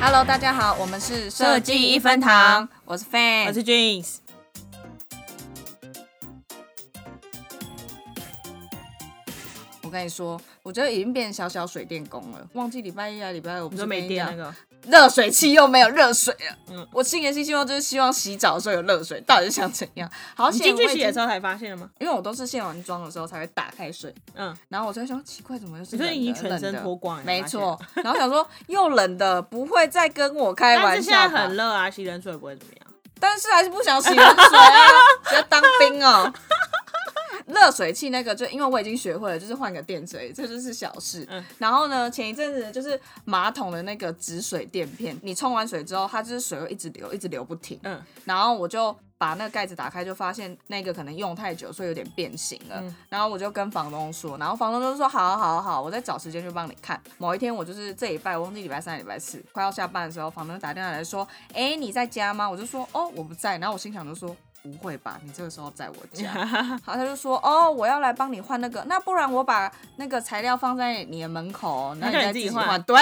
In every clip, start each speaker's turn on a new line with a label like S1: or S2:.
S1: Hello，大家好，我们是
S2: 设计一分堂，
S1: 我是 Fan，
S2: 我是 Jeans。
S1: 我跟你说，我觉得已经变小小水电工了。忘记礼拜一啊，礼拜二我
S2: 你
S1: 们
S2: 说没电那
S1: 个
S2: 个？
S1: 热水器又没有热水了。嗯
S2: 嗯，
S1: 我新年新希望就是希望洗澡的时候有热水，到底是想怎样？好
S2: 你
S1: 险，
S2: 进去
S1: 我已
S2: 洗
S1: 经
S2: 的时候才发现了吗？
S1: 因为我都是卸完妆的时候才会打开水，
S2: 嗯，
S1: 然后我就会想奇怪，怎么又是
S2: 你说
S1: 冷
S2: 你已经
S1: 的
S2: 全
S1: 冷
S2: 身
S1: 的
S2: 脱光了
S1: 没
S2: 发现
S1: 错。然后想说又冷的，不会再跟我开
S2: 但
S1: 玩
S2: 是
S1: 笑
S2: 现在
S1: 吧
S2: 很热啊，洗冷水不会怎么样。
S1: 但是还是不想洗冷水啊，要当兵哦。热水器那个就因为我已经学会了，就是换个电池而已，这就是小事。
S2: 嗯
S1: 然后呢，前一阵子就是马桶的那个止水垫片，你冲完水之后，它就是水会一直流，一直流不停。
S2: 嗯，
S1: 然后我就把那个盖子打开，就发现那个可能用太久，所以有点变形了。
S2: 嗯
S1: 然后我就跟房东说，然后房东就说：“好啊好啊好啊，我再找时间去帮你看。”某一天，我就是这礼拜，我忘记礼拜三、礼拜四，快要下班的时候，房东打电话来说：“哎，你在家吗？”我就说：“哦，我不在。”然后我心想就说。不会吧？你这个时候在我 家，好，他就说哦，我要来帮你换那个，那不然我把那个材料放在你的门口，那
S2: 那
S1: 你
S2: 叫你
S1: 再
S2: 自己
S1: 己
S2: 换
S1: 换。对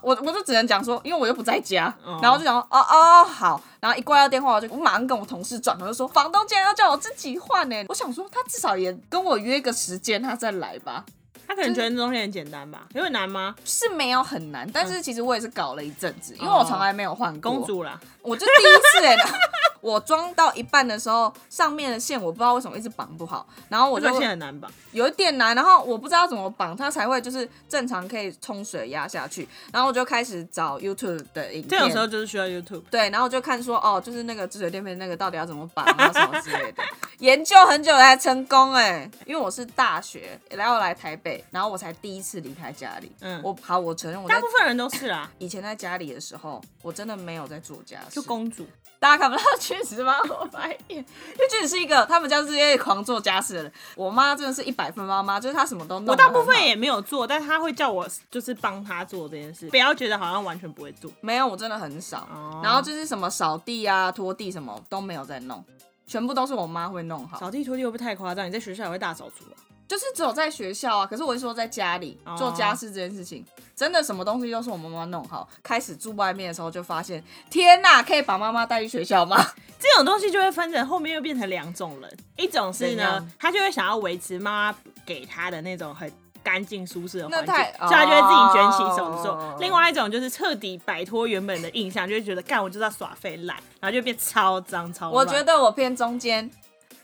S1: 我，我就只能讲说，因为我又不在家，
S2: 哦
S1: 然后就想说哦哦好，然后一挂掉电话，我就我马上跟我同事转头就说，房东竟然要叫我自己换呢、我想说他至少也跟我约个时间，他再来吧。
S2: 他可能觉得这东西很简单吧？有点难吗？
S1: 是没有很难，但是其实我也是搞了一阵子，因为我从来没有换过。
S2: 嗯哦公主啦，
S1: 我就第一次哎、 我装到一半的时候，上面的线我不知道为什么一直绑不好，然后我
S2: 我
S1: 就
S2: 觉得现在很难吧？
S1: 有一点难，然后我不知道怎么绑它才会就是正常可以冲水压下去，然后我就开始找 YouTube 的影片，
S2: 这种时候就是需要 YouTube。
S1: 对，然后我就看说哦，就是那个止水垫片那个到底要怎么绑啊什么之类的，研究很久才成功哎，因为我是大学然后来台北，然后我才第一次离开家里，
S2: 嗯
S1: 我好我承认我在
S2: 大部分人都 是啦，
S1: 以前在家里的时候，我真的没有在做家事，
S2: 就公主。
S1: 大家看不到 君子帮我白眼，因为君子是一个他们家是一个狂做家事的人。我妈真的是一百分妈妈，就是她什么都弄。
S2: 我大部分也没有做，但他会叫我就是帮他做这件事，不要觉得好像完全不会做。
S1: 没有，我真的很少。
S2: 哦
S1: 然后就是什么扫地啊、拖地什么都没有在弄，全部都是我妈会弄好。
S2: 扫地拖地会不会太夸张？你在学校也会大扫除啊？
S1: 就是只有在学校啊，可是我是说在家里
S2: 哦
S1: 做家事这件事情，真的什么东西都是我妈妈弄好。开始住外面的时候就发现，天呐，可以把妈妈带去学校吗？
S2: 这种东西就会分成后面又变成两种人，一种是
S1: 怎
S2: 呢
S1: 样，
S2: 他就会想要维持妈妈给他的那种很干净舒适的环境，
S1: 那太
S2: 所以他就会自己卷起手做。
S1: 哦
S2: 另外一种就是彻底摆脱原本的印象，就会觉得干我就是要耍废烂，然后就变超脏超乱。
S1: 我觉得我偏中间，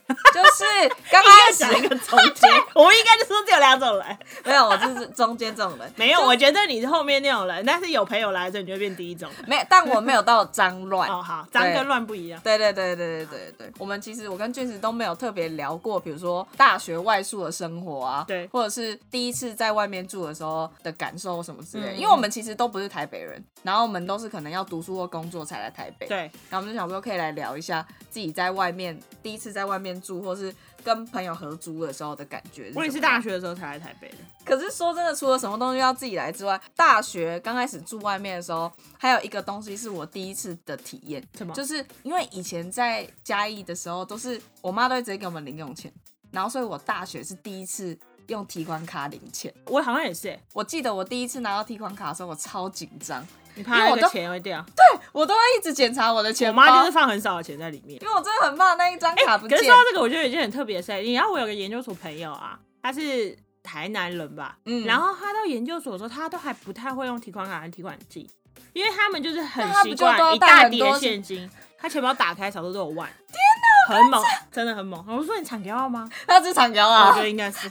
S1: 就是刚
S2: 应该
S1: 开
S2: 讲一
S1: 始
S2: 个 中间，我们应该就说只有两种人，
S1: 没有，我就是中间这种人。
S2: 没有，我觉得你是后面那种人，但是有朋友来的时候你就会变第一种人。
S1: 没，但我没有到脏乱。
S2: 哦，好，脏跟乱不一样。
S1: 对对对对对对对，我们其实我跟俊石都没有特别聊过，比如说大学外宿的生活啊，
S2: 对
S1: 或者是第一次在外面住的时候的感受什么之类的，
S2: 嗯
S1: 因为我们其实都不是台北人，然后我们都是可能要读书或工作才来台北，，
S2: 对，
S1: 然后我们就想说可以来聊一下自己在外面第一次在外面住，或是跟朋友合租的时候的感觉。
S2: 我也是大学的时候才来台北的。
S1: 可是说真的，除了什么东西要自己来之外，大学刚开始住外面的时候，还有一个东西是我第一次的体验，
S2: 什么
S1: 就是因为以前在嘉义的时候，都是我妈都会直接给我们零用钱，然后所以我大学是第一次用提款卡领钱。
S2: 我好像也是欸，
S1: 我记得我第一次拿到提款卡的时候，我超紧张，
S2: 你
S1: 因
S2: 怕
S1: 为
S2: 那
S1: 我
S2: 个
S1: 都
S2: 钱会掉。
S1: 我都会一直检查我的钱
S2: 我
S1: 包，
S2: 妈就是放很少的钱在里面。哎
S1: 因为我真的很怕那一张哦卡不
S2: 可
S1: 见。
S2: 是说到这个，我觉得有一件很特别的事，你知道我有个研究所朋友啊，他是台南人吧，
S1: 嗯
S2: 然后他到研究所的时候，他都还不太会用提款卡和提款机，因为他们就是很
S1: 那他不
S2: 习
S1: 就都要
S2: 惯一
S1: 带
S2: 大
S1: 很
S2: 叠
S1: 多
S2: 的
S1: 现
S2: 现金，他钱包打开少数都有万。天哪，很猛，真的很猛。我说你抢给我吗？
S1: 他是长条
S2: 我
S1: 啊
S2: 觉， 得应该 是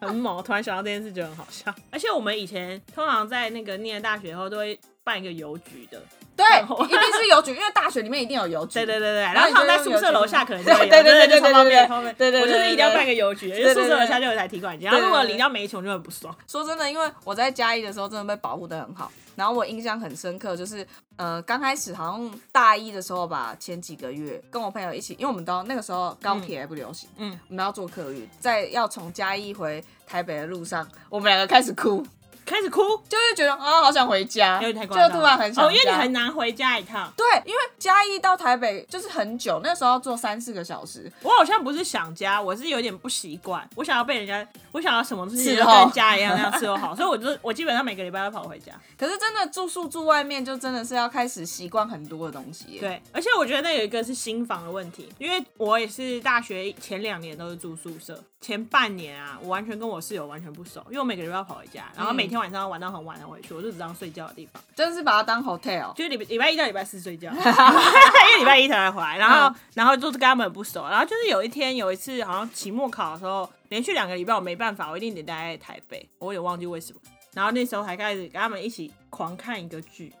S2: 很猛。我突然想到这件事，觉得很好笑。而且我们以前通常在那个念大学后，都会办一个邮局的，
S1: 对
S2: 我，
S1: 一定是邮局，因为大学里面一定有邮局。
S2: 对对对对，然
S1: 然后
S2: 后
S1: 你
S2: 放在
S1: 就
S2: 宿
S1: 用
S2: 舍
S1: 邮
S2: 楼
S1: 局
S2: 下可 能就
S1: 对
S2: 会有
S1: 对对
S2: 就
S1: 对
S2: 超
S1: 对
S2: 方
S1: 对
S2: 便
S1: 对
S2: 超方
S1: 对对
S2: 便。我就是
S1: 对
S2: 一定要
S1: 对
S2: 办个邮局，因
S1: 对
S2: 为宿
S1: 对
S2: 舍
S1: 对
S2: 楼下就有一台提款机，然后
S1: 对
S2: 如果
S1: 对对
S2: 领到没钱，我就很不爽。
S1: 说真的，因为我在嘉义的时候真的被保护的很好，然后我印象很深刻，就是呃刚开始好像大一的时候吧，前几个月跟我朋友一起，因为我们都那个时候高铁还不流行，
S2: 嗯，
S1: 我们要坐客运，在要从嘉义回台北的路上，我们两个开始哭，
S2: 开始哭，
S1: 就是觉得啊，好想回家，
S2: 有点太
S1: 就
S2: 夸张了。
S1: 突然很想家。
S2: 哦，因为你很难回家一趟。
S1: 对，因为嘉义到台北就是很久，那时候要坐三四个小时，
S2: 我好像不是想家，我是有点不习惯。我想要被人家，我想要什么事情
S1: 伺
S2: 都
S1: 候
S2: 跟家一样那样伺候好，所以我就我基本上每个礼拜都跑回家。
S1: 可是真的住宿住外面，就真的是要开始习惯很多的东西耶。
S2: 对，而且我觉得那有一个是新房的问题，因为我也是大学前两年都是住宿舍，前半年啊，我完全跟我室友完全不熟，因为我每个礼拜要跑回家，然后每天晚上玩到很晚才回去，我就只当睡觉的地方，
S1: 真是把它当 hotel。
S2: 就是礼拜礼拜一到礼拜四睡觉，因为礼拜一才回来，然后、
S1: 嗯
S2: 然后就是跟他们很不熟，然后就是有一天有一次好像期末考的时候，连续两个礼拜我没办法，我一定得待在台北，我有点忘记为什么，然后那时候才开始跟他们一起狂看一个剧。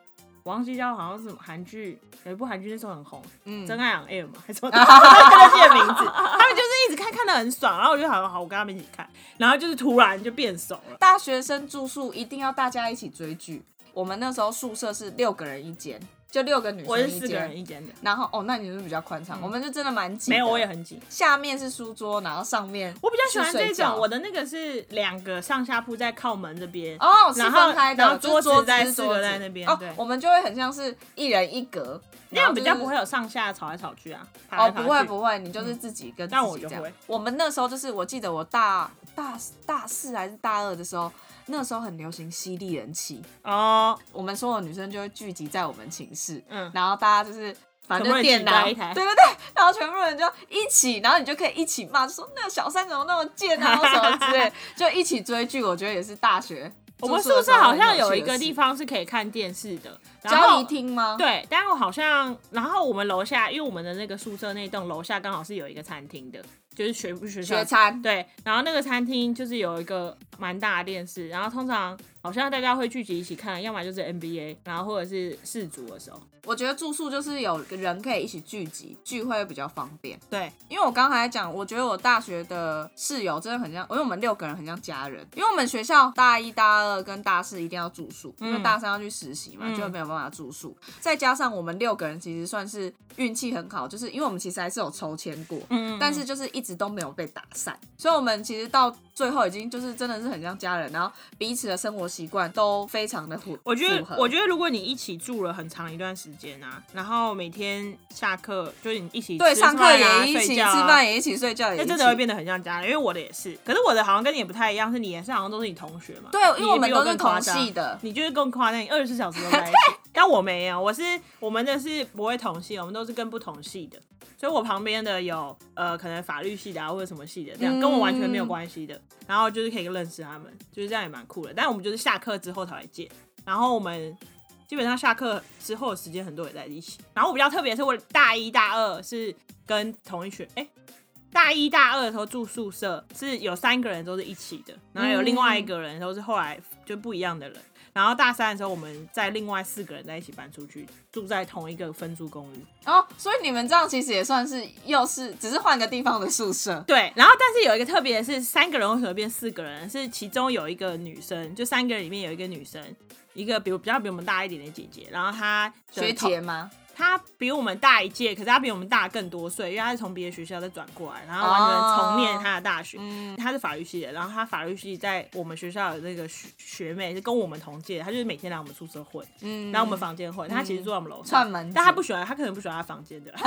S2: 我忘记叫好像是什么韩剧，有一部韩剧那时候很红，
S1: 嗯，
S2: 真爱养 M 嘛，还是什么？忘记的名字。他们就是一直看，看的很爽，然后我就好好，我跟他们一起看，然后就是突然就变熟了。
S1: 大学生住宿一定要大家一起追剧。我们那时候宿舍是六个人一间，就六个女
S2: 我
S1: 生
S2: 是
S1: 一
S2: 四个人
S1: 间。
S2: 一间的，
S1: 然后哦，那你是比较宽敞，我们就真的蛮挤的。
S2: 没有，我也很紧。
S1: 下面是书桌，然后上面
S2: 我比较喜欢
S1: 是睡
S2: 这
S1: 觉
S2: 种，我的那个是两个上下铺在靠门这边，
S1: 哦是
S2: 然后
S1: 分开的，
S2: 然后
S1: 就是
S2: 桌子
S1: 桌
S2: 在
S1: 是
S2: 四个
S1: 桌子
S2: 在那边
S1: 哦
S2: 对，
S1: 我们就会很像是一人一格，
S2: 那样比较不会有上下吵来吵去啊。爬
S1: 然后
S2: 来
S1: 就是。哦，
S2: 爬去
S1: 不会不会，你就是自己跟自
S2: 但我
S1: 己
S2: 就
S1: 这样
S2: 会。
S1: 我们那时候就是，我记得我大大大四还是大二的时候，那时候很流行犀利人妻，
S2: 哦，
S1: 我们所有女生就会聚集在我们寝室，
S2: 嗯
S1: 然后大家就是反正
S2: 全部
S1: 就
S2: 人
S1: 电脑，
S2: 挤在
S1: 对
S2: 一台
S1: 对对，然后全部人就一起，然后你就可以一起骂，就说那个小三怎么那么贱啊，什么之 类，就一起追剧。我觉得也是大学，
S2: 我们
S1: 住宿
S2: 宿
S1: 的时
S2: 舍
S1: 候
S2: 好像有一
S1: 很
S2: 个
S1: 趣
S2: 地
S1: 的
S2: 方是可以看电视的，
S1: 事
S2: 然
S1: 交
S2: 后
S1: 谊厅吗？，
S2: 对，但我好像，然后我们楼下，因为我们的那个宿舍那栋楼下刚好是有一个餐厅的，就是学不学校
S1: 学餐
S2: 对，然后那个餐厅就是有一个蛮大的电视，然后通常好像大家会聚集一起看，要么就是 NBA，然后或者是世足的时候，
S1: 我觉得住宿就是有人可以一起聚集，聚会比较方便。
S2: 对，
S1: 因为我刚才讲，我觉得我大学的室友真的很像，因为我们六个人很像家人。因为我们学校大一、大二跟大四一定要住宿，因为大三要去实习嘛，
S2: 嗯
S1: 就没有办法住宿。再加上我们六个人其实算是运气很好，就是因为我们其实还是有抽签过，
S2: 嗯
S1: 但是就是一直都没有被打散，所以我们其实到最后已经就是真的是很像家人，然后彼此的生活习惯都非常的符，
S2: 我觉
S1: 符合
S2: 得，我觉得如果你一起住了很长一段时间啊，然后每天下课就是你一起
S1: 对
S2: 吃
S1: 上课
S2: 饭啊
S1: 也一起，
S2: 睡
S1: 吃
S2: 觉啊
S1: 饭也一起，睡觉也一
S2: 那
S1: 起，
S2: 真的会变得很像家人，因为我的也是，可是我的好像跟你也不太一样，是你也是好像都是你同学嘛。
S1: 对
S2: 你
S1: 因为我们
S2: 比我
S1: 都是
S2: 更夸
S1: 同
S2: 张
S1: 系的，
S2: 你就是更夸张，你二十四小时都在一起。但我没有，我是我们的是不会同系，我们都是跟不同系的。所以我旁边的有呃，可能法律系的啊，或者什么系的，这样、
S1: 嗯
S2: 跟我完全没有关系的。然后就是可以认识他们，就是这样也蛮酷的。但我们就是下课之后才来见，然后我们基本上下课之后的时间很多也在一起。然后我比较特别是我呃大一大二是跟同一群，哎、大一大二的时候住宿舍是有三个人都是一起的，然后有另外一个人都是后来就不一样的人。然后大三的时候，我们在另外四个人在一起搬出去，住在同一个分租公寓。
S1: 哦，所以你们这样其实也算是又是只是换个地方的宿舍，
S2: 对，然后但是有一个特别的是，三个人为什么变四个人？是其中有一个女生，就三个人里面有一个女生，一个比我比较比我们大一点的姐姐，然后她的
S1: 学
S2: 同
S1: 姐吗？
S2: 她比我们大一届，可是她比我们大更多岁，因为她是从别的学校再转过来，然后完全重念她的大
S1: 哦
S2: 学。
S1: 嗯
S2: 她是法律系的，然后她法律系在我们学校的那个学学妹是跟我们同届，她就是每天来我们宿舍混，
S1: 嗯，
S2: 来我们房间混，她其实住在我们楼上，
S1: 串门子
S2: 但她不喜欢，她可能不喜欢她房间的 啦。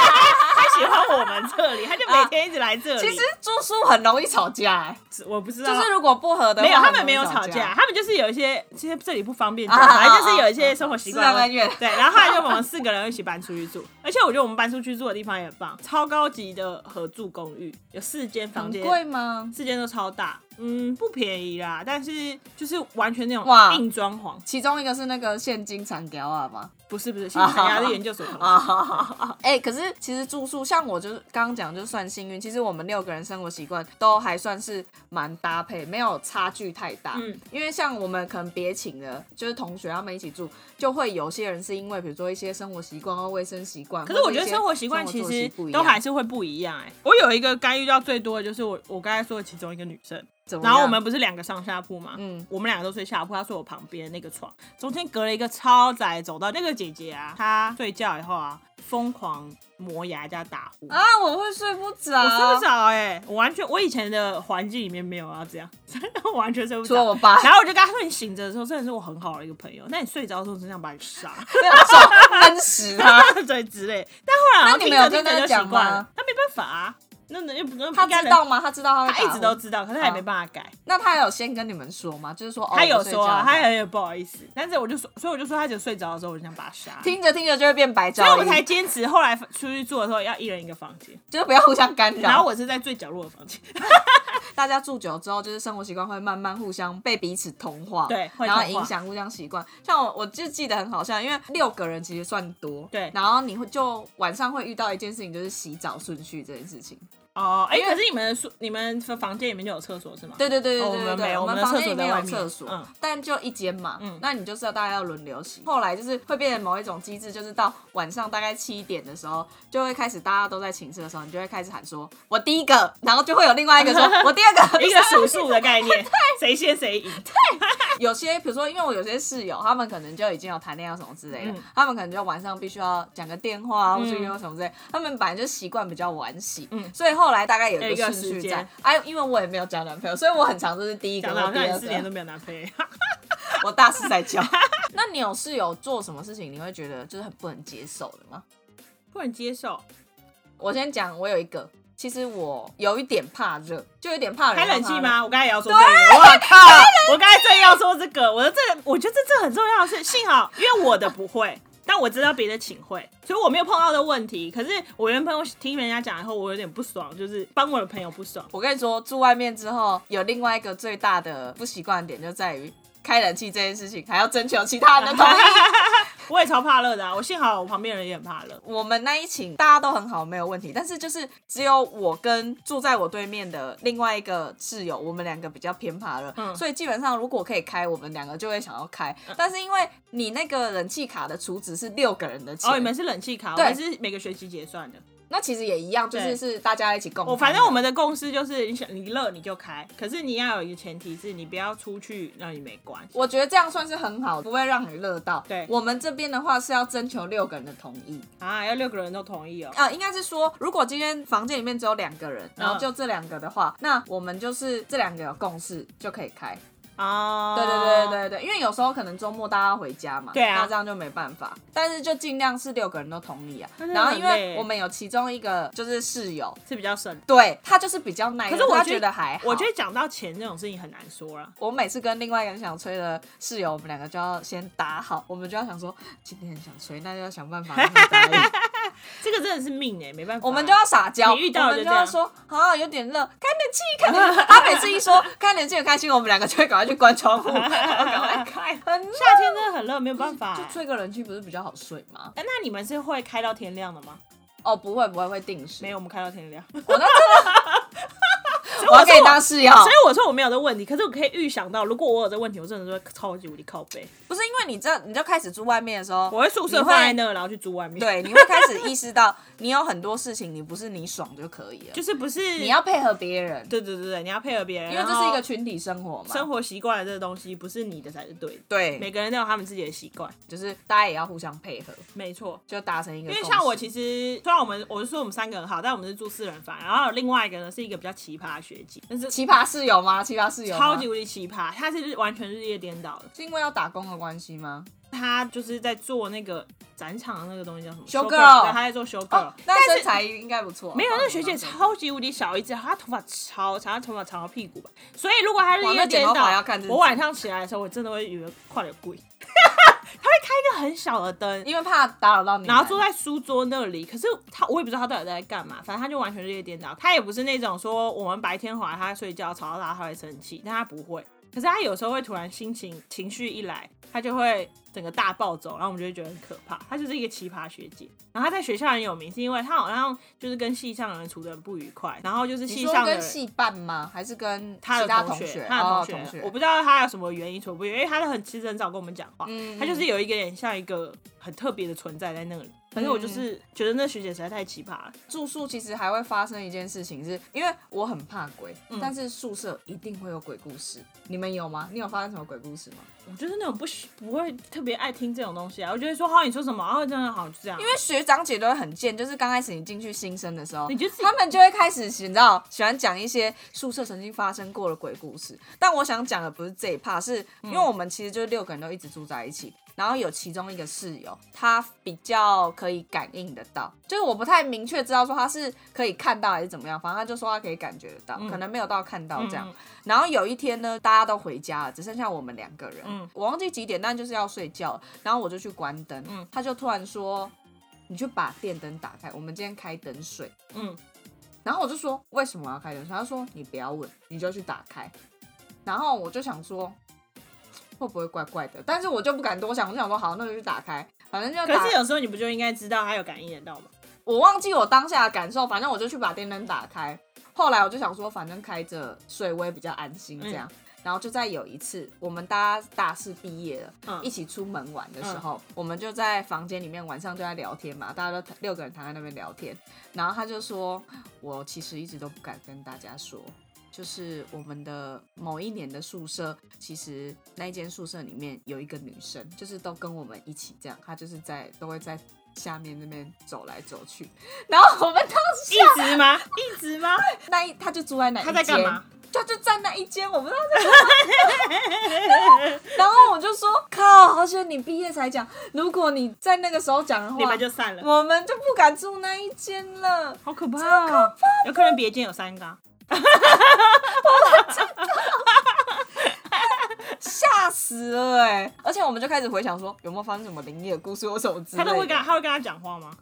S2: 她喜欢我们这里，她就每天一直来这 里。
S1: 其实住宿很容易吵架、
S2: 我不知道，
S1: 就是如果不合的话，
S2: 没有，他
S1: 很容
S2: 们
S1: 易
S2: 没有吵架，
S1: 架，
S2: 他们就是有一些，其实这里不方便讲，
S1: 啊
S2: 反正就
S1: 啊
S2: 是
S1: 啊
S2: 有一些生活习
S1: 私
S2: 惯
S1: 人
S2: 的问
S1: 恩
S2: 题。
S1: 怨。
S2: 对，然后后来就我们四个人一起搬出去住，而且我觉得我们搬出去住的地方也很棒，超高级的合住公寓，有四间房
S1: 很
S2: 间，
S1: 贵吗？
S2: 四间都超大，嗯，不便宜啦，但是就是完全那种
S1: 哇
S2: 硬装潢，
S1: 其中一个是那个现金长条啊嘛，
S2: 不是不是，新产家是研究所同学，
S1: 啊，哎、可是其实住宿像我就是刚刚讲，就算幸运。其实我们六个人生活习惯都还算是蛮搭配，没有差距太大。
S2: 嗯，
S1: 因为像我们可能别请的，就是同学他们一起住，就会有些人是因为比如说一些生活习惯或卫生习惯，
S2: 可是我
S1: 或
S2: 觉
S1: 者
S2: 得
S1: 一些
S2: 生活习惯其
S1: 生活作息
S2: 实
S1: 不一样
S2: 欸都还是会不一样哎、我有一个干预到最多的就是我我刚才说的其中一个女生，
S1: 怎么
S2: 然后我
S1: 样
S2: 们不是两个上下铺嘛，
S1: 嗯
S2: 我们两个都睡下铺，她睡我旁边那个床，中间隔了一个超窄走道。那个姐姐啊，她睡觉以后啊，疯狂磨牙加打呼。
S1: 啊，我会睡不着，
S2: 我睡不着哎、我完全我以前的环境里面没有要这样， 真的我完全睡不
S1: 除了
S2: 着。
S1: 我爸，
S2: 然后我就跟他说：“你醒着的时候真的是我很好的一个朋友，那你睡着的时候真想把你 杀，
S1: 没有说闷死他。
S2: 对之类。”但后来好像
S1: 那
S2: 听
S1: 你们
S2: 着
S1: 有
S2: 听
S1: 跟他
S2: 着就习
S1: 讲
S2: 惯了
S1: 吗，
S2: 他没办法啊，那那又不
S1: 他
S2: 应该
S1: 知
S2: 能
S1: 道吗？他知道他会
S2: 他一
S1: 打
S2: 直
S1: 呼
S2: 都。知道，可是他也没
S1: 嗯
S2: 办法改。
S1: 那他有先跟你们说吗？就是说，哦、
S2: 他有
S1: 我睡
S2: 说啊，
S1: 觉
S2: 他有点不好意思，但是我就说，所以我就说，他只有睡着的时候，我就想把他杀。
S1: 听着听着就会变白
S2: 所以
S1: 噪
S2: 我才
S1: 音，
S2: 坚持，后来出去住的时候要一人一个房间，
S1: 就是不要互相干
S2: 然后
S1: 扰。
S2: 我是在最角落的房间，
S1: 大家住久之后，就是生活习惯会慢慢互相被彼此同化，
S2: 对会
S1: 然后
S2: 同化
S1: 影响互相习惯。像我，我就记得很好笑，因为六个人其实算多，
S2: 对
S1: 然后你会就晚上会遇到一件事情，就是洗澡顺序这件事情。
S2: 哦，哎、可是你们的宿、你们的房间里面就有厕所是吗？
S1: 对对对对
S2: 哦
S1: 对对
S2: 我们
S1: 对，
S2: 没有
S1: 我
S2: 我们的
S1: 房
S2: 厕
S1: 间
S2: 所
S1: 里面
S2: 在
S1: 有
S2: 外面
S1: 厕所
S2: 嗯，
S1: 但就一间嘛
S2: 嗯，
S1: 那你就是要大家要轮流洗。后来就是会变成某一种机制，就是到晚上大概七点的时候，就会开始大家都在寝室的时候，你就会开始喊说“我第一个”，然后就会有另外一个说“我第二个”，
S2: 一个数数的概 念，谁先谁赢。
S1: 有些，比如说，因为我有些室友，他们可能就已经有谈恋爱什么之类的，
S2: 嗯
S1: 他们可能就晚上必须要讲个电话啊，
S2: 嗯
S1: 或者约会什么之类的，他们本来就习惯比较晚洗，
S2: 嗯
S1: 所以后来大概有
S2: 有一
S1: 一
S2: 个
S1: 个
S2: 时
S1: 顺序在
S2: 间。
S1: 哎、因为我也没有交男朋友，所以我很常就是第一个，
S2: 讲到
S1: 我
S2: 好
S1: 第
S2: 像
S1: 二
S2: 你四年都
S1: 个，
S2: 没有男朋友，
S1: 我大四才 交。那你有室友做什么事情你会觉得就是很不能接受的吗？
S2: 不能接受，
S1: 我先讲，我有一个，其实我有一点怕热，就有点怕
S2: 开
S1: 人
S2: 冷气
S1: 让他？
S2: 吗？我刚才也要说这个，我靠，我刚才正要说这个，我的这个，我觉得这这很重要的是，幸好因为我的不会。 但我知道别的寝会，所以我没有碰到的问题。可是我原本我听人家讲以后，我有点不爽，就是帮我的朋友不爽。
S1: 我跟你说，住外面之后，有另外一个最大的不习惯的点，就在于开冷气这件事情，还要征求其他人的 同意。
S2: 我也超怕热的啊！我幸好我旁边人也很怕热。
S1: 我们那一寝大家都很好，没有问题，但是就是只有我跟住在我对面的另外一个室友，我们两个比较偏怕热，
S2: 嗯
S1: 所以基本上如果可以开，我们两个就会想要开。但是因为你那个冷气卡的储值是六个人的钱，
S2: 哦，你们是冷气卡，我
S1: 对
S2: 们是每个学期结算的。
S1: 那其实也一样，就
S2: 对
S1: 是是大家一起共摊
S2: 我
S1: 的。
S2: 反正我们的共识就是，你想你热你就开，可是你要有一个前提是你不要出去，让你没关系。
S1: 我觉得这样算是很好，不会让你热到。
S2: 对
S1: 我们这边的话是要征求六个人的同意。
S2: 啊，要六个人都同意哦。
S1: 呃，应该是说，如果今天房间里面只有两个人，然
S2: 嗯
S1: 后就这两个的话，那我们就是这两个有共识就可以开。
S2: 啊，
S1: 对对对对对，因为有时候可能周末大家回家嘛，
S2: 对啊
S1: 那这样就没办法。但是就尽量是六个人都同意啊。
S2: 那真的
S1: 然后
S2: 很
S1: 因为
S2: 累
S1: 我们有其中一个就是室友，
S2: 是比较省。
S1: 对他就是比较耐热，
S2: 可是我
S1: 他
S2: 觉
S1: 觉得还好。
S2: 我觉得讲到钱这种事情很难说啊啦。
S1: 我每次跟另外一个很想吹的室友，我们两个就要先打好，我们就要想说今天很想吹，那就要想办法让他答应。
S2: 这个真的是命哎、没办法。
S1: 我们就要撒娇，
S2: 你遇到
S1: 我
S2: 了就
S1: 们
S2: 这
S1: 就要
S2: 样
S1: 说啊，有点热，开冷气，开 冷气。他每次一说开冷气很开心，我们两个就会赶快去关 窗户，赶快开，很热。
S2: 夏天真的很热，没有办法、
S1: 就
S2: 哎
S1: 吹个冷气不是比较好睡吗？
S2: 哎那你们是会开到天亮的吗？
S1: 哦，不会不会，会定时。
S2: 没有，我们开到天 亮。
S1: 我那真的，
S2: 我
S1: 我要给你当室友。
S2: 所以我说我没有这问题，可是我可以预想到，如果我有这问题，我真的是会超级无敌靠背。
S1: 不是因为你这你就开始住外面的时候，
S2: 我会宿舍
S1: 你
S2: 放在那，然后去住外面。，
S1: 对，你会开始意识到你有很多事情，你不是你爽就可以了，
S2: 就是不是
S1: 你要配合别人，
S2: 对对对对，你要配合别人，
S1: 因为这
S2: 然
S1: 是一
S2: 后
S1: 个群体生活嘛。
S2: 生活习惯的这个东西，不是你的才是对的。每
S1: 对，
S2: 个人都有他们自己的习惯，
S1: 就是大家也要互相配合，
S2: 没错。
S1: 就达成一个
S2: 因
S1: 共识。
S2: 为像我，其实虽然我们我是说我们三个很好，但我们是住四人房，然后有另外一个呢是一个比较奇葩的学姐，但是
S1: 奇葩室友吗？奇葩室友吗
S2: 超级无敌奇葩，她是完全日夜颠倒的。
S1: 是因为要打工的关系吗？
S2: 她就是在做那个展场的那个东西叫什么？
S1: 修 girl 哦
S2: 对，她在做修 girl，、
S1: 那身材应该不错。啊
S2: 没有，那个学姐
S1: 长。
S2: 超级无敌小一只，她头发超长，她头发长到屁股吧。所以如果她是
S1: 哇
S2: 夜
S1: 那剪
S2: 颠
S1: 头发
S2: 倒
S1: 要看，自己
S2: 我晚上起来的时候，我真的会以为快点 跪。她会开一个很小的灯，
S1: 因为怕打扰到你们，
S2: 然后坐在书桌那里。可是她，我也不知道她到底在干嘛，反正她就完全日夜颠倒。她也不是那种说我们白天划她睡觉吵到她她会生气，但她不会。可是她有时候会突然心情情绪一来，她就会整个大暴走，然后我们就会觉得很可怕。她就是一个奇葩学姐，然后她在学校很有名，是因为她好像就是跟系上的人处得很不愉快，然后就是
S1: 你
S2: 系
S1: 说
S2: 上的
S1: 跟
S2: 人。
S1: 戏伴吗？还是跟其
S2: 他的
S1: 他
S2: 同
S1: 学？
S2: 他的
S1: 哦
S2: 同
S1: 同
S2: 学，我不知道他有什么原因所不，因为他很其实很少跟我们讲话，
S1: 嗯
S2: 他就是有一个点像一个很特别的存在在那里。可是我
S1: 嗯
S2: 就是觉得那学姐实在太奇葩了，
S1: 住宿其实还会发生一件事情是，因为我很怕鬼，但是宿舍一定会有鬼故事。你们有吗？你有发生什么鬼故事吗？
S2: 我就是那种不喜不会特别爱听这种东西啊。我就会说好，你说什么，然后真的好就这样。因
S1: 因为学长姐都会很贱，就是刚开始你进去新生的时候，
S2: 你就自 己
S1: 他们就会开始你知道喜欢讲一些宿舍曾经发生过的鬼故事。但我想讲的不是这一趴，是因为我们其实就六个人都一直住在一起。然后有其中一个室友，他比较可以感应得到，就是我不太明确知道说他是可以看到还是怎么样，反正他就说他可以感觉得到，可能没有到看到这样。
S2: 嗯
S1: 然后有一天呢，大家都回家了，只剩下我们两个人。
S2: 嗯
S1: 我忘记几点，但就是要睡觉了。然后我就去关灯，
S2: 嗯
S1: 他就突然说：“你去把电灯打开，我们今天开灯睡。
S2: 嗯，”
S1: 然后我就说：“为什么要开灯睡？”他说：“你不要问，你就去打开。”然后我就想说，会不会怪怪的？但是我就不敢多想，我就想说好，那就去打开，反正就打
S2: 可是有时候你不就应该知道他有感应得到吗？
S1: 我忘记我当下的感受，反正我就去把电灯打开。后来我就想说，反正开着睡我也比较安心这样。然后就在有一次，我们大家大四毕业了，
S2: 嗯
S1: 一起出门玩的时候，我们就在房间里面晚上就在聊天嘛，大家都六个人躺在那边聊天。然后他就说，我其实一直都不敢跟大家说，就是我们的某一年的宿舍，其实那一间宿舍里面有一个女生，就是都跟我们一起这样，她就是在都会在下面那边走来走去。然后我们当时
S2: 一直吗？一直吗？
S1: 那一，她就住在那一
S2: 他
S1: 间，
S2: 在干嘛？
S1: 她就在那一间，我不知道在干嘛。 然后然后我就说，靠，好险你毕业才讲，如果你在那个时候讲的
S2: 你
S1: 话
S2: 们，就散了，
S1: 我们就不敢住那一间了。啊
S2: 好可怕哦！有可能别间有三个啊，
S1: 吓死了哎、而且我们就开始回想说，有没有发生什么灵异的故事或什么之类
S2: 他
S1: 的。
S2: 都会跟他会跟他讲话吗？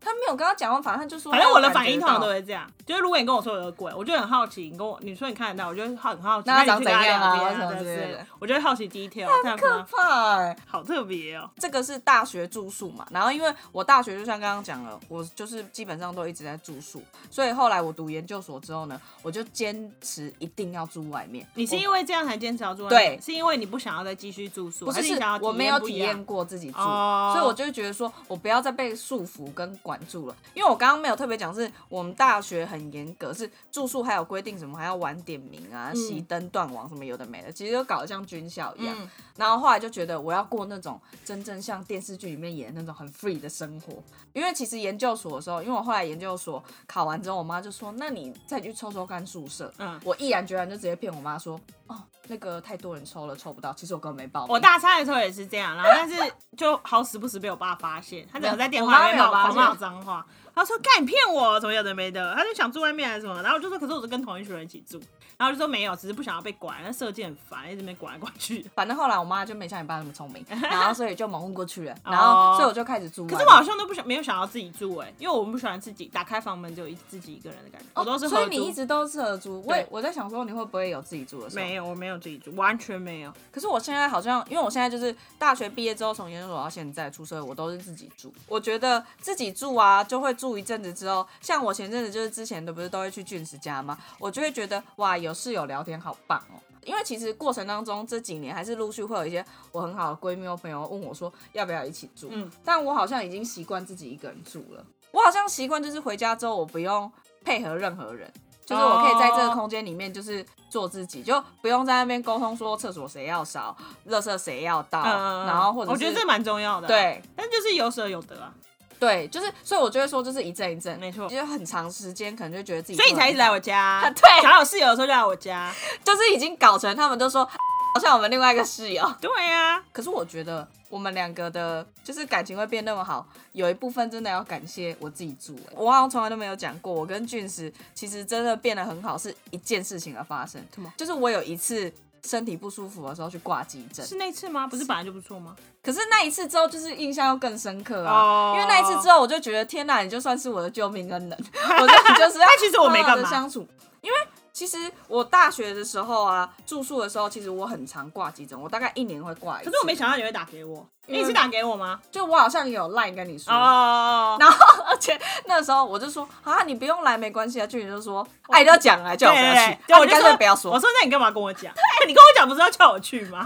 S1: 他没有跟他讲话，反正他就说他
S2: 反
S1: 有感觉
S2: 正我
S1: 到。
S2: 的反应通常都会这样，就是如果你跟我说有个鬼，我就很好奇，你跟我你说你看得到，我就会好很好奇，
S1: 那他
S2: 你
S1: 长
S2: 去跟他
S1: 怎样啊
S2: 聊
S1: 或
S2: 天
S1: 者什么
S2: 之
S1: 之
S2: 类
S1: 类
S2: 的
S1: 的，
S2: 我就会好奇 detail，这
S1: 很
S2: 样
S1: 可
S2: 子
S1: 怕哎、
S2: 好特别哦。
S1: 这个是大学住宿嘛，然后因为我大学就像刚刚讲了，我就是基本上都一直在住宿，所以后来我读研究所之后呢，我就坚持一定要住外面。
S2: 你是
S1: 我
S2: 因为这样才坚持要住外面
S1: 对
S2: 是因为你不想要再继续住宿，
S1: 不
S2: 还
S1: 是
S2: 是
S1: 是
S2: 你想要
S1: 我没有
S2: 验不
S1: 体
S2: 一样
S1: 验过自己住，
S2: 哦
S1: 所以我就会觉得说我不要再被束缚跟管住了。因为我刚刚没有特别讲，是我们大学很严格，是住宿还有规定什么还要晚点名啊、
S2: 嗯
S1: 熄灯、断网什么有的没的，其实就搞得像军校一样。
S2: 嗯
S1: 然后后来就觉得我要过那种真正像电视剧里面演的那种很 free 的生活，因为其实研究所的时候，因为我后来研究所考完之后，我妈就说：“那你再去抽抽看宿舍。”
S2: 嗯
S1: 我毅然决然就直接骗我妈说：“哦，那个太多人抽了，抽不到。”其实我根本没报名。
S2: 我大三的时候也是这样，然后但是就好死不死被我爸发现，他整个在电话里面
S1: 没有
S2: 骂
S1: 我
S2: 我
S1: 妈没有发
S2: 狂
S1: 现
S2: 骂我脏话，他说干你骗我，什么有的没的，他就想住外面还是什么，然后我就说可是我是跟同一群人一起住，然后就说没有，只是不想要被管，那射箭很烦，一直被管来管去的。
S1: 反正后来我妈就没像你爸那么聪 明，然后所以就蒙混过去了，然
S2: 哦
S1: 后所以我就开始住外
S2: 可
S1: 面。
S2: 是我好像都不想没有想要自己住哎、因为我不喜欢自己打开房门就一自己一个人的感觉，我都是
S1: 所
S2: 合
S1: 以你
S2: 租
S1: 一。直都是合租。我也
S2: 对
S1: 我在想说你会不会有自己住的时候？
S2: 没有，我没有自己住，完全没有。
S1: 可是我现在好像，因为我现在就是大学毕业之后，从研究所到现在出社会，我都是自己住。我觉得自己住啊，就会住一阵子之后，像我前阵子就是之前的不是都会去俊石家吗？我就会觉得哇，有室友聊天好棒哦。因为其实过程当中这几年还是陆续会有一些我很好的闺蜜或朋友问我说要不要一起住，
S2: 嗯
S1: 但我好像已经习惯自己一个人住了。我好像习惯就是回家之后我不用配合任何人，就是我可以在
S2: 哦
S1: 这个空间里面就是做自己，就不用在那边沟通说厕所谁要扫，垃圾谁要倒，
S2: 嗯，
S1: 然后或者是
S2: 我觉得这蛮重要的、，啊
S1: 对
S2: 但就是有舍有得啊，
S1: 对，就是所以我就会说就是一阵一阵，
S2: 没错
S1: 就是很长时间可能就觉得自己，
S2: 所以你才一直来我，家。
S1: 对
S2: 想要有室友的时候就来我家。
S1: 就是已经搞成他们都说 好像我们另外一个室友，
S2: 对啊呀、
S1: 可是我觉得我们两个的，就是感情会变那么好，有一部分真的要感谢我自己住、欸。我好像从来都没有讲过，我跟俊石其实真的变得很好，是一件事情的发生。
S2: 什么
S1: 就是我有一次身体不舒服的时候去挂急诊，
S2: 是那次吗？不是本来就不错吗？
S1: 可是那一次之后，就是印象又更深刻啊。
S2: 哦
S1: 因为那一次之后，我就觉得天哪，你就算是我的救命恩 人，我真的就是要
S2: 但其实我没干嘛
S1: 好好地相处，因为。其实我大学的时候啊，住宿的时候，其实我很常挂急诊，我大概一年会挂一
S2: 可
S1: 次。
S2: 是我没想到你会打给我，你是打给我吗？
S1: 就我好像有赖跟你说，
S2: 哦，
S1: 然后而且那时候我就说啊，你不用来没关系啊。俊宇就说，哎、你都讲了，叫我不要去，
S2: 对对对
S1: 啊、
S2: 我
S1: 我
S2: 就
S1: 干脆不要说
S2: 我。说那你干嘛跟我讲？ 你跟我讲不是要叫我去 吗？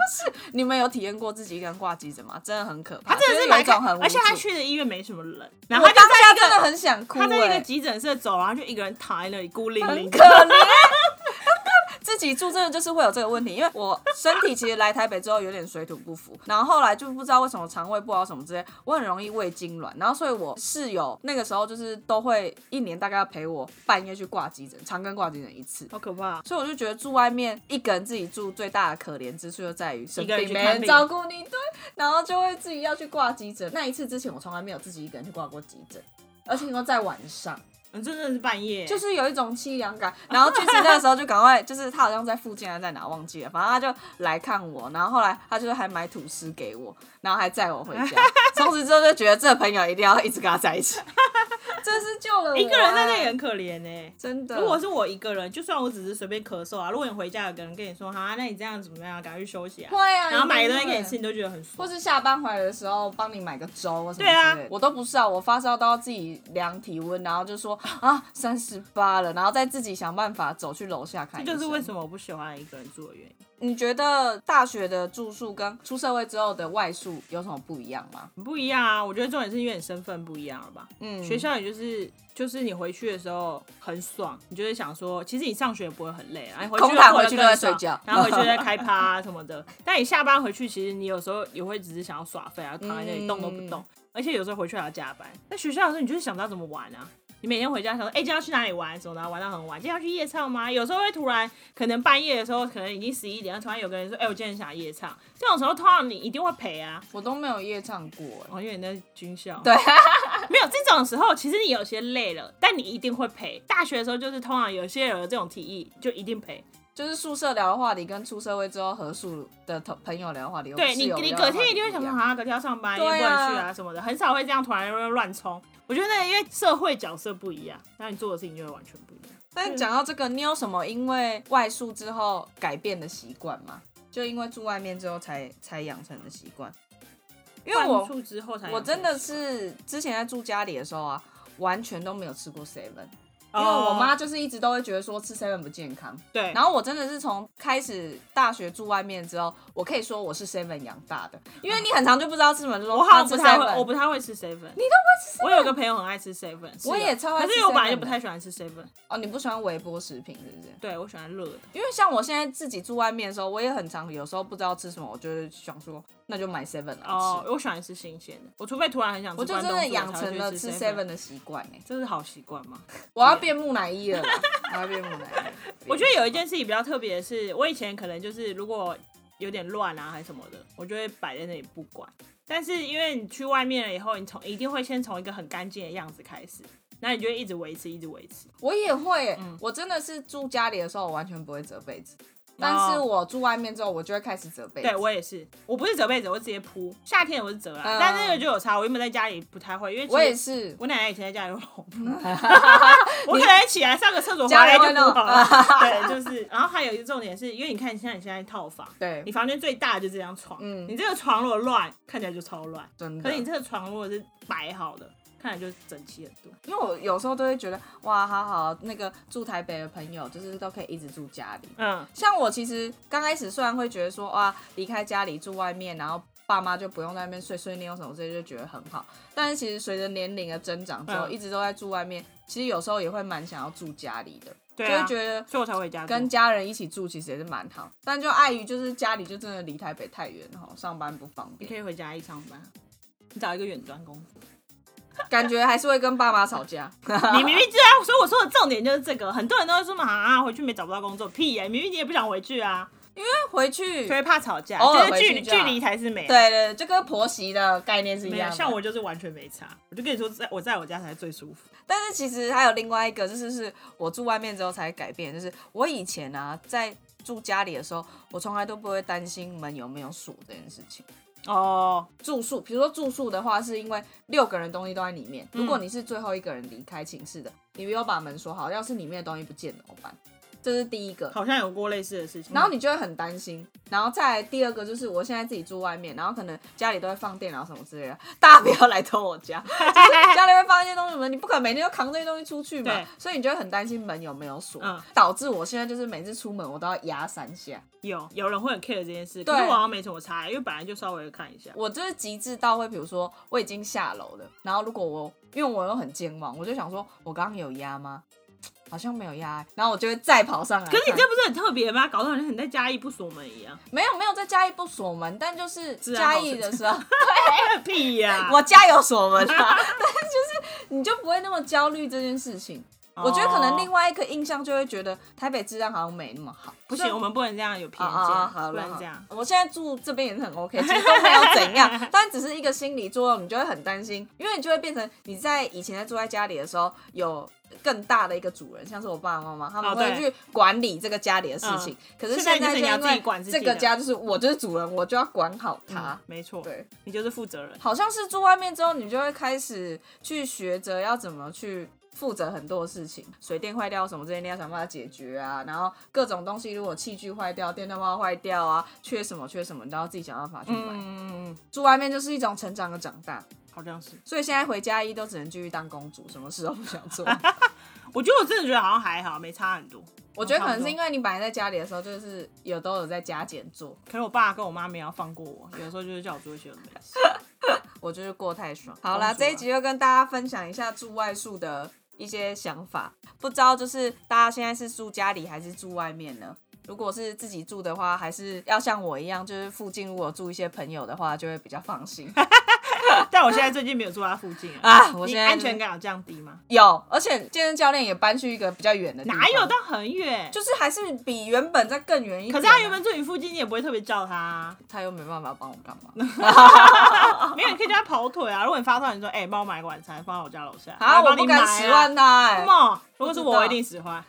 S1: 你们有体验过自己一个人挂急诊吗？真的很可怕，
S2: 他啊真的
S1: 就是有
S2: 蛮
S1: 一种很无助，
S2: 而且他去的医院没什么人，然
S1: 我
S2: 后他
S1: 当
S2: 就
S1: 下
S2: 在
S1: 真
S2: 一
S1: 的
S2: 个
S1: 很想哭、
S2: 他在一个
S1: 哎，
S2: 急诊室的走廊，就一个人躺在那里孤零零
S1: 很可
S2: 的。
S1: 怜。 自己住真的就是会有这个问题，因为我身体其实来台北之后有点水土不服，然后后来就不知道为什么肠胃不好什么之类，我很容易胃痉挛，然后所以我室友那个时候就是都会一年大概要陪我半夜去挂急诊，长庚挂急诊一次，
S2: 好可怕！
S1: 所以我就觉得住外面一个人自己住最大的可怜之处就在于生
S2: 一个人
S1: 病
S2: 去
S1: 没
S2: 看
S1: 人
S2: 病
S1: 照顾你，对，然后就会自己要去挂急诊。那一次之前我从来没有自己一个人去挂过急诊，而且你都在晚上，
S2: 嗯真的是半夜，
S1: 就是有一种凄凉感。然后剧情那时候就赶快，就是他好像在附近还是在哪忘记了，反正他就来看我，然后后来他就是还买吐司给我，然后还载我回家。从此之后就觉得这个朋友一定要一直跟他在一 起，真是救了我、
S2: 一个人在那
S1: 哎
S2: 里很可怜呢。
S1: 真的。
S2: 如果是我一个人，就算我只是随便咳嗽啊，如果你回家有个人跟你说，哈，那你这样怎么样，赶快去休息啊，
S1: 会啊，
S2: 然后买
S1: 一
S2: 个
S1: 定
S2: 东西给你
S1: 会
S2: 吃，你都觉得很
S1: 或
S2: 爽。
S1: 是下班回来的时候帮你买个粥或什么之类
S2: 对啊
S1: 的我都不是啊，我发烧都要自己量体温，然后就 说啊三十八了，然后再自己想办法走去楼下看医
S2: 这
S1: 生。
S2: 就是为什么我不喜欢一个人住的原因，
S1: 你觉得大学的住宿跟出社会之后的外宿有什么不一样吗？
S2: 不一样啊。我觉得重点是因为你身份不一样了吧？
S1: 嗯，
S2: 学校也就是就是你回去的时候很爽，你就会想说，其实你上学也不会很累啊，然后回去
S1: 空堂
S2: 又过得
S1: 回去都在
S2: 更爽
S1: 睡觉
S2: 然后回去又在 开趴啊什么的。但你下班回去，其实你有时候也会只是想要耍废啊，躺在那里动都不
S1: 嗯
S2: 动，而且有时候回去还要加班。在学校的时候，你就是想不到怎么玩啊。你每天回家想说，哎、今天要去哪里玩什么的，然后玩到很晚。今天要去夜唱吗？有时候会突然，可能半夜的时候，可能已经十一点了，突然有个人说，哎、我今天想夜唱。这种时候，通常你一定会陪啊，
S1: 我都没有夜唱过、欸
S2: 哦，因为你在军校。
S1: 对，
S2: 没有这种时候，其实你有些累了，但你一定会陪。大学的时候就是通常有些人有这种提议，就一定陪。
S1: 就是宿舍聊的话题跟出社会之后合宿的同朋友聊的话题，
S2: 对你，你隔天一定会想说，
S1: 说，
S2: 啊，隔天要上班，
S1: 对
S2: 也
S1: 啊
S2: 不能去啊什么的，很少会这样突然乱冲。我觉得那因为社会角色不一样，那你做的事情就会完全不一样。
S1: 但讲到这个，你有什么因为外宿之后改变的习惯吗？就因为住外面之后才才养成的习惯，因为我
S2: 换处之后才，
S1: 我真的，是之前在住家里的时候啊，完全都没有吃过 seven，因为我妈就是一直都会觉得说吃 seven 不健康。
S2: 哦对，
S1: 然后我真的是从开始大学住外面之后，我可以说我是 seven 养大的，因为你很常就不知道吃什么，就说
S2: 嗯我
S1: 啊
S2: 好像
S1: 吃
S2: 不太会，我
S1: seven，
S2: 不太会吃 seven。你都会吃 seven？我有个朋友很爱吃 seven，
S1: 我也超爱吃
S2: 可是我本来
S1: seven
S2: 就
S1: 的
S2: 不太喜欢吃 seven。
S1: 哦，你不喜欢微波食品是不是？
S2: 对，我喜欢热的。
S1: 因为像我现在自己住外面的时候，我也很常有时候不知道吃什么，我就会想说那就买 seven 来吃。
S2: 哦，我喜欢吃新鲜的，我除非突然很想吃
S1: 我就
S2: 关
S1: 真
S2: 东
S1: 的
S2: 煮
S1: 养
S2: 才会
S1: 成
S2: 去
S1: 了
S2: 吃
S1: 吃
S2: seven
S1: seven 的习惯哎，
S2: 这是好习惯吗？
S1: 我要变木乃伊了啦，我要变木乃伊了。
S2: 我觉得有一件事情比较特别的是，我以前可能就是如果有点乱啊还是什么的，我就会摆在那里不管。但是因为你去外面了以后，你从一定会先从一个很干净的样子开始，那你就会一直维持，一直维持。
S1: 我也会耶、
S2: 嗯
S1: 我真的是住家里的时候，我完全不会折被子，但是我住外面之后，我就会开始折被子。
S2: 哦对我也是，我不是折被子，我直接铺。夏天我是折啦，
S1: 嗯
S2: 但那个就有差。我原本在家里不太会，因为其实
S1: 我也是，嗯
S2: 我奶奶以前在家里有老 婆， 我可能起来上个厕所回来就不 好了。对，就是，然后还有一个重点是，因为你看，像你现在套房，
S1: 对
S2: 你，房间最大的就这张床，
S1: 嗯
S2: 你这个床如果乱，看起来就超乱。
S1: 真
S2: 可
S1: 的
S2: 是。你这个床如果是摆好的，看起来就整齐很多。
S1: 因为我有时候都会觉得，哇，好好，那个住台北的朋友，就是都可以一直住家里。
S2: 嗯，
S1: 像我其实刚开始虽然会觉得说，哇，离开家里住外面，然后爸妈就不用在那边碎碎念什么之类，就觉得很好。但是其实随着年龄的增长之后，
S2: 嗯
S1: 一直都在住外面，其实有时候也会蛮想要住家里的，
S2: 对
S1: 就
S2: 啊
S1: 会，觉得
S2: 所以我才回家住。
S1: 跟家人一起住其实也是蛮好，但就碍于就是家里就真的离台北太远哈，上班不方
S2: 你
S1: 便
S2: 可，以回家一上班，你找一个远端工 作。
S1: 感觉还是会跟爸妈吵架。
S2: 你明明知道，所以我说的重点就是这个。很多人都会说嘛啊，回去没找不到工作，屁呀、明明你也不想回去啊，
S1: 回去，
S2: 所以
S1: 对
S2: 怕吵架，
S1: 偶尔
S2: 就是距离
S1: 回去就好
S2: 距离才是美、啊。
S1: 对对，就跟婆媳的概念是一
S2: 没
S1: 样
S2: 有，
S1: 的。
S2: 像我就是完全没差。我就跟你说，在我在我家才最舒服。
S1: 但是其实还有另外一个，就是是我住外面之后才改变，就是我以前啊在住家里的时候，我从来都不会担心门有没有锁这件事情。
S2: 哦，
S1: 住宿，比如说住宿的话，是因为六个人东西都在里面，如果你是最后一个人离开寝室的，你没有把门锁好，要是里面的东西不见怎么办？这是第一个。
S2: 好像有过类似的事情。
S1: 然后你就会很担心，然后再来第二个就是我现在自己住外面，然后可能家里都会放电脑什么之类的，大家不要来偷我家，就是家里会放一些东西什么，你不可能每天都扛这些东西出去嘛
S2: 对，
S1: 所以你就会很担心门有没有锁，
S2: 嗯
S1: 导致我现在就是每次出门我都要压三下，
S2: 有有人会很 care 这件事，可是
S1: 对
S2: 我好像没什么差，因为本来就稍微看一下。
S1: 我就是极致到会，比如说我已经下楼了，然后如果我因为我又很健忘，我就想说我刚刚有压吗？好像没有压，然后我就会再跑上来看。
S2: 可是你这不是很特别吗？搞得好像你在家里不锁门一样。
S1: 没有没有在嘉义不锁门，但就是
S2: 治安好
S1: 嘉义的时候，哎
S2: 屁呀、
S1: 我家有锁门啊， 但是就是你就不会那么焦虑这件事情。
S2: 哦
S1: 我觉得可能另
S2: 外
S1: 外一个印象就会觉得台北治安好像没那么好，
S2: 不
S1: 所以
S2: 行，我们不能这样有偏
S1: 啊
S2: 见，
S1: 啊啊！好
S2: 不
S1: 了，
S2: 能
S1: 好
S2: 这样。
S1: 我现在住这边也是很 OK，其实都没有怎样，但只是一个心理作用，你就会很担心，因为你就会变成你在以前在住在家里的时候有。更大的一个主人，像是我爸爸妈妈，他们
S2: 哦
S1: 会
S2: 对嗯
S1: 去管理这个家里的事情。可是
S2: 现在
S1: 现在
S2: 就
S1: 就
S2: 是你要
S1: 因
S2: 自己管
S1: 为
S2: 自己
S1: 这个
S2: 的
S1: 家就是我就是主人，我就要管好它
S2: 嗯。没错，
S1: 啊对，
S2: 你就是负责人。
S1: 好像是住外面之后，你就会开始去学着要怎么去负责很多事情，水电坏掉什么这些，你要想办法解决啊。然后各种东西，如果器具坏掉、电灯泡坏掉啊，缺什么缺什么，你都要自己想办法去买。
S2: 嗯，
S1: 住外面就是一种成长的长大，
S2: 好像是。
S1: 所以现在回家一都只能继续当公主，什么事都不想做。
S2: 我觉得我真的觉得好像还好，没差很多。
S1: 我觉得可能是因为你本来在家里的时候，就是有都有在加减做，
S2: 可是我爸跟我妈没有放过我，有时候就是叫我做一些有的 没的事
S1: 我就是过太爽。好啦，
S2: 公主啊
S1: 这一集就跟大家分享一下住外宿的一些想法。不知道就是大家现在是住家里还是住外面呢？如果是自己住的话，还是要像我一样，就是附近如果住一些朋友的话，就会比较放 心
S2: 但我现在最近没有住他附近啊。
S1: 啊。我
S2: 你
S1: 现在
S2: 安
S1: 就是
S2: 全感有降低吗？
S1: 有，而且健身教练也搬去一个比较远的地方，啊
S2: 哪有到很远？
S1: 就是还是比原本再更远一点啊、
S2: 可是他原本住你附近，你也不会特别叫他啊、
S1: 他又没办法帮我干嘛？
S2: 没有，你可以叫他跑腿啊。如果你发烧，你说：“哎、帮我买个晚餐，放在我家楼下。”
S1: 啊，我
S2: 帮你
S1: 不
S2: 买啊
S1: 敢使唤他、哎
S2: 什么？如
S1: 不
S2: 果
S1: 知
S2: 是
S1: 道
S2: 我，我一定使唤，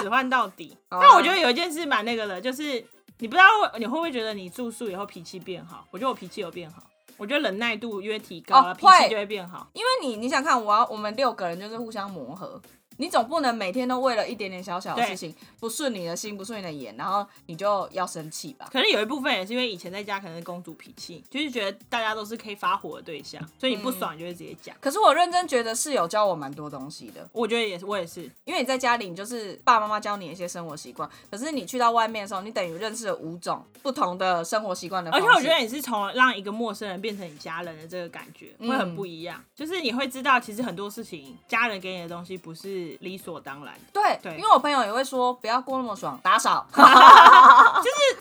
S2: 使唤到 底。
S1: 哦
S2: 但我觉得有一件事蛮那个的，就是你不知道你会不会觉得你住宿以后脾气变好？我觉得我脾气有变好，我觉得忍耐度越提高
S1: 哦
S2: 了，脾
S1: 会
S2: 气就会变好。
S1: 因为你你想看，我要我们六个人就是互相磨合，你总不能每天都为了一点点小小的
S2: 对
S1: 事情不顺你的心不顺你的眼，然后你就要生气吧？
S2: 可是有一部分也是因为以前在家可能是公主脾气，就是觉得大家都是可以发火的对象，所以你不
S1: 嗯
S2: 爽你就会直接讲。
S1: 可是我认真觉得室友教我蛮多东西的，
S2: 我觉得也是，我也是，
S1: 因为你在家里，你就是爸爸妈妈教你一些生活习惯，可是你去到外面的时候，你等于认识了五种不同的生活习惯的
S2: 而
S1: 方
S2: 且
S1: 式。
S2: 我觉得你是从让一个陌生人变成你家人的这个感觉会很不一样，就是你会知道其实很多事情家人给你的东西不是理所当然的。
S1: 对，
S2: 对
S1: 因为我朋友也会说不要过那么爽，打扫。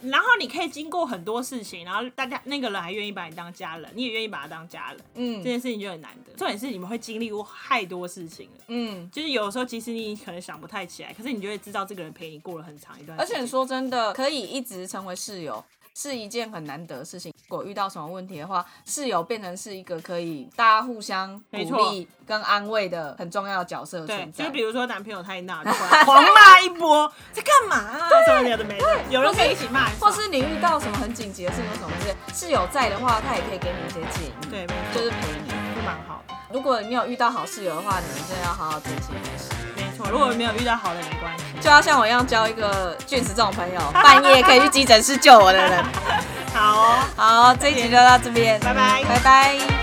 S2: 然后你可以经过很多事情，然后大家那个人还愿意把你当家人，你也愿意把他当家人，这
S1: 嗯
S2: 件事情就很难得。重点是你们会经历过太多事情了，
S1: 嗯，
S2: 就是有时候其实你可能想不太起来，可是你就会知道这个人陪你过了很长一段
S1: 而
S2: 时间。
S1: 且说真的，可以一直成为室友是一件很难得的事情。如果遇到什么问题的话，室友变成是一个可以大家互相鼓
S2: 没错
S1: 励跟安慰的很重要的角色
S2: 对
S1: 存，
S2: 就
S1: 在
S2: 比。如说男朋友太 闹，就会狂骂一波， 在干嘛、啊？什么有的没的，有人可以一起骂，
S1: 或是你遇到什么很紧急的事情或什么事，室友在的话，他也可以给你一些建议，
S2: 对，没
S1: 就
S2: 错，
S1: 是陪你。
S2: 就蛮好的。
S1: 如果你有遇到好室友的话，你们真的要好好珍惜这些。
S2: 没错，如果没有遇到好的没关系。
S1: 就要像我一样交一个俊子这种朋 友，半夜可以去急诊室救我的人。
S2: 好、哦，
S1: 好，这一集就到这边，
S2: 拜拜
S1: 拜拜。